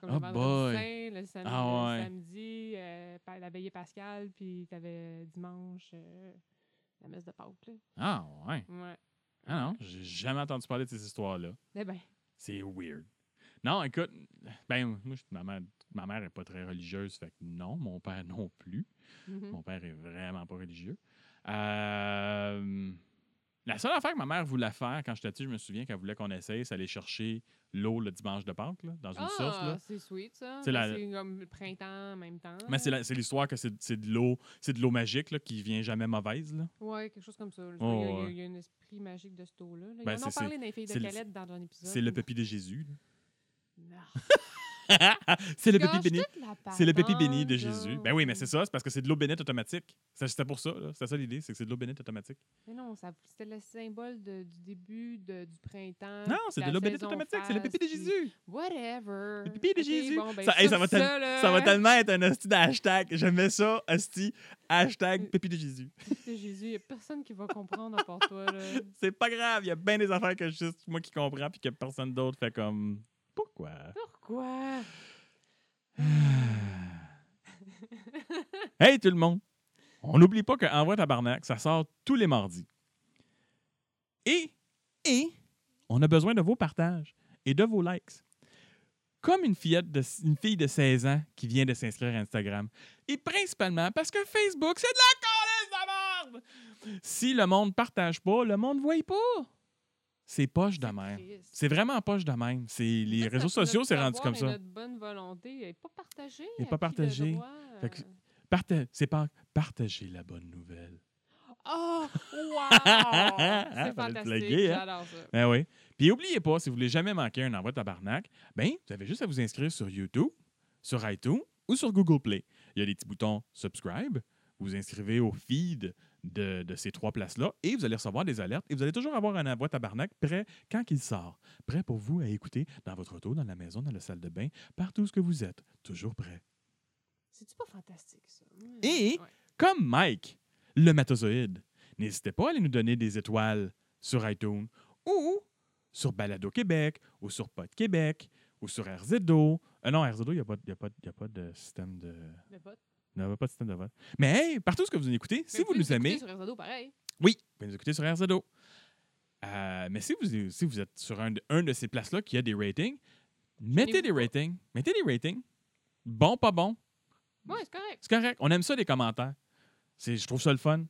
Speaker 1: Comme
Speaker 2: Oh
Speaker 1: le
Speaker 2: boy.
Speaker 1: vendredi saint, le samedi,
Speaker 2: Ah
Speaker 1: le
Speaker 2: ouais.
Speaker 1: samedi euh, pa- la veillée pascale, puis t'avais dimanche euh, la messe de Pâques, là.
Speaker 2: Ah ouais.
Speaker 1: Ouais.
Speaker 2: Ah non, j'ai jamais entendu parler de ces histoires-là.
Speaker 1: Eh ben,
Speaker 2: C'est weird. Non, écoute, ben, moi, je- ma mère, ma mère est pas très religieuse, fait que non, mon père non plus.
Speaker 1: mhm.
Speaker 2: Mon père est vraiment pas religieux. Euh, la seule affaire que ma mère voulait faire quand j'étais petit, je me souviens qu'elle voulait qu'on essaye, c'est aller chercher l'eau le dimanche de Pâques, là, dans une
Speaker 1: ah,
Speaker 2: source. là.
Speaker 1: c'est sweet, ça.
Speaker 2: C'est la-
Speaker 1: Mais C'est comme le printemps en même temps.
Speaker 2: Mais c'est la- c'est l'histoire que c'est c'est de l'eau, c'est de l'eau magique là, qui vient jamais mauvaise. là.
Speaker 1: Ouais, quelque chose comme ça. là. il, y a, il y
Speaker 2: Oh,
Speaker 1: a-
Speaker 2: ouais.
Speaker 1: il y a un esprit magique de ce taux-là. là. Ils
Speaker 2: Ben,
Speaker 1: en ont
Speaker 2: c'est-
Speaker 1: parlé dans les filles
Speaker 2: c'est
Speaker 1: de
Speaker 2: le-
Speaker 1: Calette dans un épisode.
Speaker 2: C'est le pépi de Jésus. là.
Speaker 1: Non.
Speaker 2: c'est le
Speaker 1: Gâche
Speaker 2: pépi béni.
Speaker 1: toute la
Speaker 2: C'est le pépi béni de
Speaker 1: patente,
Speaker 2: Jésus.
Speaker 1: là.
Speaker 2: Ben oui, mais c'est ça, c'est parce que c'est de l'eau bénite automatique. Ça, C'était pour ça, là. c'était ça l'idée, c'est que c'est de l'eau bénite automatique.
Speaker 1: Mais non, ça- c'était le symbole de- du début de- du printemps. puis
Speaker 2: Non, c'est
Speaker 1: Hum, la
Speaker 2: de l'eau bénite
Speaker 1: saison
Speaker 2: automatique, c'est le
Speaker 1: faste,
Speaker 2: pépi de
Speaker 1: puis
Speaker 2: Jésus.
Speaker 1: Whatever.
Speaker 2: Le pipi de
Speaker 1: Ok,
Speaker 2: Jésus.
Speaker 1: bon, ben,
Speaker 2: ça, hey, ça
Speaker 1: sur
Speaker 2: va tel-
Speaker 1: là,
Speaker 2: ça va tellement être un hostie d'hashtag. J'aimais ça, hostie. Hashtag pipi de Jésus.
Speaker 1: le pipi de Jésus, il n'y a personne qui va comprendre à part toi. Là.
Speaker 2: C'est pas grave, il y a bien des affaires que juste moi qui comprends puis que personne d'autre fait comme. Pourquoi?
Speaker 1: Pourquoi?
Speaker 2: hey tout le monde! On n'oublie pas que Envoi Tabarnak, ça sort tous les mardis. Et, et, on a besoin de vos partages et de vos likes. Comme une, fillette de, une fille de 16 ans qui vient de s'inscrire à Instagram. Et principalement parce que Facebook, c'est de la colisse de merde! Si le monde partage pas, le monde voit pas. C'est poche de même.
Speaker 1: Triste.
Speaker 2: C'est vraiment poche de même. C'est les
Speaker 1: Ça,
Speaker 2: réseaux
Speaker 1: c'est notre
Speaker 2: sociaux, c'est rendu
Speaker 1: savoir
Speaker 2: comme
Speaker 1: et
Speaker 2: ça.
Speaker 1: Notre bonne volonté n'est pas partagée.
Speaker 2: Elle est pas
Speaker 1: à qui de
Speaker 2: partagée.
Speaker 1: droit,
Speaker 2: Fait que-
Speaker 1: euh.
Speaker 2: Parta- c'est pas partagez la bonne nouvelle.
Speaker 1: Oh, wow!
Speaker 2: Fallait
Speaker 1: c'est
Speaker 2: le
Speaker 1: fantastique.
Speaker 2: plugger, hein?
Speaker 1: J'adore ça.
Speaker 2: Ben oui. Puis oubliez pas, si vous voulez jamais manquer un envoi tabarnak, ben vous avez juste à vous inscrire sur YouTube, sur iTunes ou sur Google Play. Il y a des petits boutons subscribe. Vous vous inscrivez au feed de, de ces trois places-là et vous allez recevoir des alertes et vous allez toujours avoir un envoi tabarnak prêt quand il sort. Prêt pour vous à écouter dans votre auto, dans la maison, dans la salle de bain, partout où ce que vous êtes. Toujours prêt.
Speaker 1: C'est-tu pas fantastique, ça? Ouais.
Speaker 2: Et-
Speaker 1: Ouais.
Speaker 2: comme Mike, le matozoïde. N'hésitez pas à aller nous donner des étoiles sur iTunes ou sur Balado Québec ou sur Pod Québec ou sur RZO. Euh, non, RZO, il n'y a, pas- il y a, pas- il y a pas de système de...
Speaker 1: Le vote.
Speaker 2: Il n'y a pas de système de vote. Mais hey, partout ce que vous nous écoutez, si
Speaker 1: Mais
Speaker 2: vous nous
Speaker 1: écoutez
Speaker 2: aimez,
Speaker 1: Sur Réseau, pareil.
Speaker 2: oui, vous pouvez nous écouter sur RZO. Euh, mais si vous, si vous êtes sur un de, un de ces places-là qui a des ratings, mettez des
Speaker 1: pas.
Speaker 2: ratings. Mettez des ratings. Bon, pas bon.
Speaker 1: Ouais, c'est correct.
Speaker 2: C'est correct. On aime ça, les commentaires. C'est, je trouve ça le fun.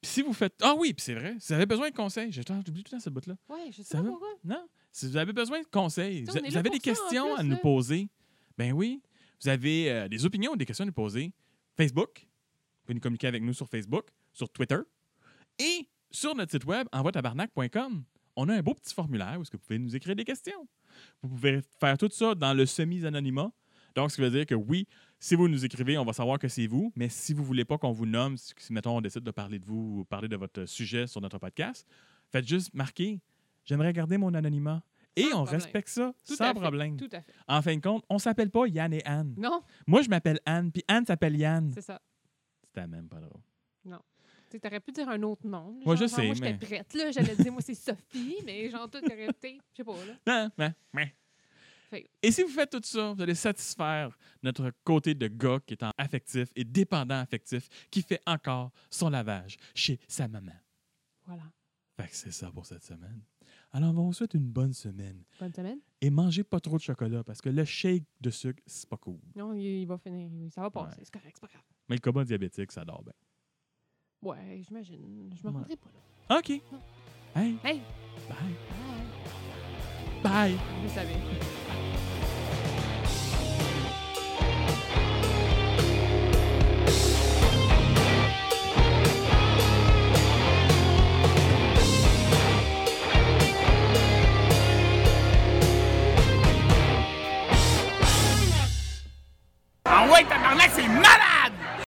Speaker 2: Puis si vous faites. Ah oui, puis c'est vrai. Si vous avez besoin de conseils, j'ai j'oublie tout le temps cette bout-là.
Speaker 1: Ouais, je sais
Speaker 2: Ça
Speaker 1: pas
Speaker 2: va?
Speaker 1: pourquoi.
Speaker 2: Non. Si vous avez besoin de conseils,
Speaker 1: Ça,
Speaker 2: vous,
Speaker 1: on est
Speaker 2: vous
Speaker 1: là
Speaker 2: avez
Speaker 1: pour
Speaker 2: des
Speaker 1: ça, en
Speaker 2: questions
Speaker 1: plus, hein.
Speaker 2: à nous
Speaker 1: là.
Speaker 2: poser. Ben oui. Vous avez euh, des opinions, des questions à nous poser. Facebook. Vous pouvez nous communiquer avec nous sur Facebook, sur Twitter et sur notre site web envoitabarnac.com. On a un beau petit formulaire où est-ce que vous pouvez nous écrire des questions. Vous pouvez faire tout ça dans le semi-anonymat. Donc, ce qui veut dire que oui, si vous nous écrivez, on va savoir que c'est vous, mais si vous voulez pas qu'on vous nomme, si, si, mettons, on décide de parler de vous ou parler de votre sujet sur notre podcast, faites juste marquer « J'aimerais garder mon anonymat ». Et
Speaker 1: Sans
Speaker 2: on
Speaker 1: problème.
Speaker 2: respecte ça
Speaker 1: Tout à
Speaker 2: sans
Speaker 1: fait,
Speaker 2: problème.
Speaker 1: Tout à fait.
Speaker 2: En fin de compte, on s'appelle pas Yann et Anne.
Speaker 1: Non,
Speaker 2: Moi, je m'appelle Anne, puis Anne s'appelle Yann.
Speaker 1: c'est ça.
Speaker 2: C'était même pas drôle.
Speaker 1: Tu t'aurais pu dire un autre nom. là, genre,
Speaker 2: Ouais, je
Speaker 1: genre,
Speaker 2: sais,
Speaker 1: Moi, j'étais
Speaker 2: mais-
Speaker 1: prête, là. J'allais dire, moi, c'est Sophie, mais genre, toi, t'aurais été. Je sais pas, là.
Speaker 2: Non, non, non.
Speaker 1: Fait-
Speaker 2: Hein, Et si vous faites tout ça, vous allez satisfaire notre côté de gars qui est en affectif et dépendant affectif, qui fait encore son lavage chez sa maman.
Speaker 1: Voilà.
Speaker 2: Fait que c'est ça pour cette semaine. Alors, on vous souhaite une bonne semaine.
Speaker 1: Bonne semaine.
Speaker 2: Et mangez pas trop de chocolat parce que le shake de sucre, c'est pas cool.
Speaker 1: Non, il, il va finir. Ça va passer.
Speaker 2: Ouais.
Speaker 1: C'est correct, c'est pas grave.
Speaker 2: Mais le coma diabétique, ça dort bien.
Speaker 1: Ouais, j'imagine. Je me
Speaker 2: Ouais.
Speaker 1: rendrai pas là.
Speaker 2: OK. Hey,
Speaker 1: Hey!
Speaker 2: bye.
Speaker 1: Ah,
Speaker 2: Bye.
Speaker 1: vous savez.
Speaker 3: Ah ouais, tabarnak, c'est malade!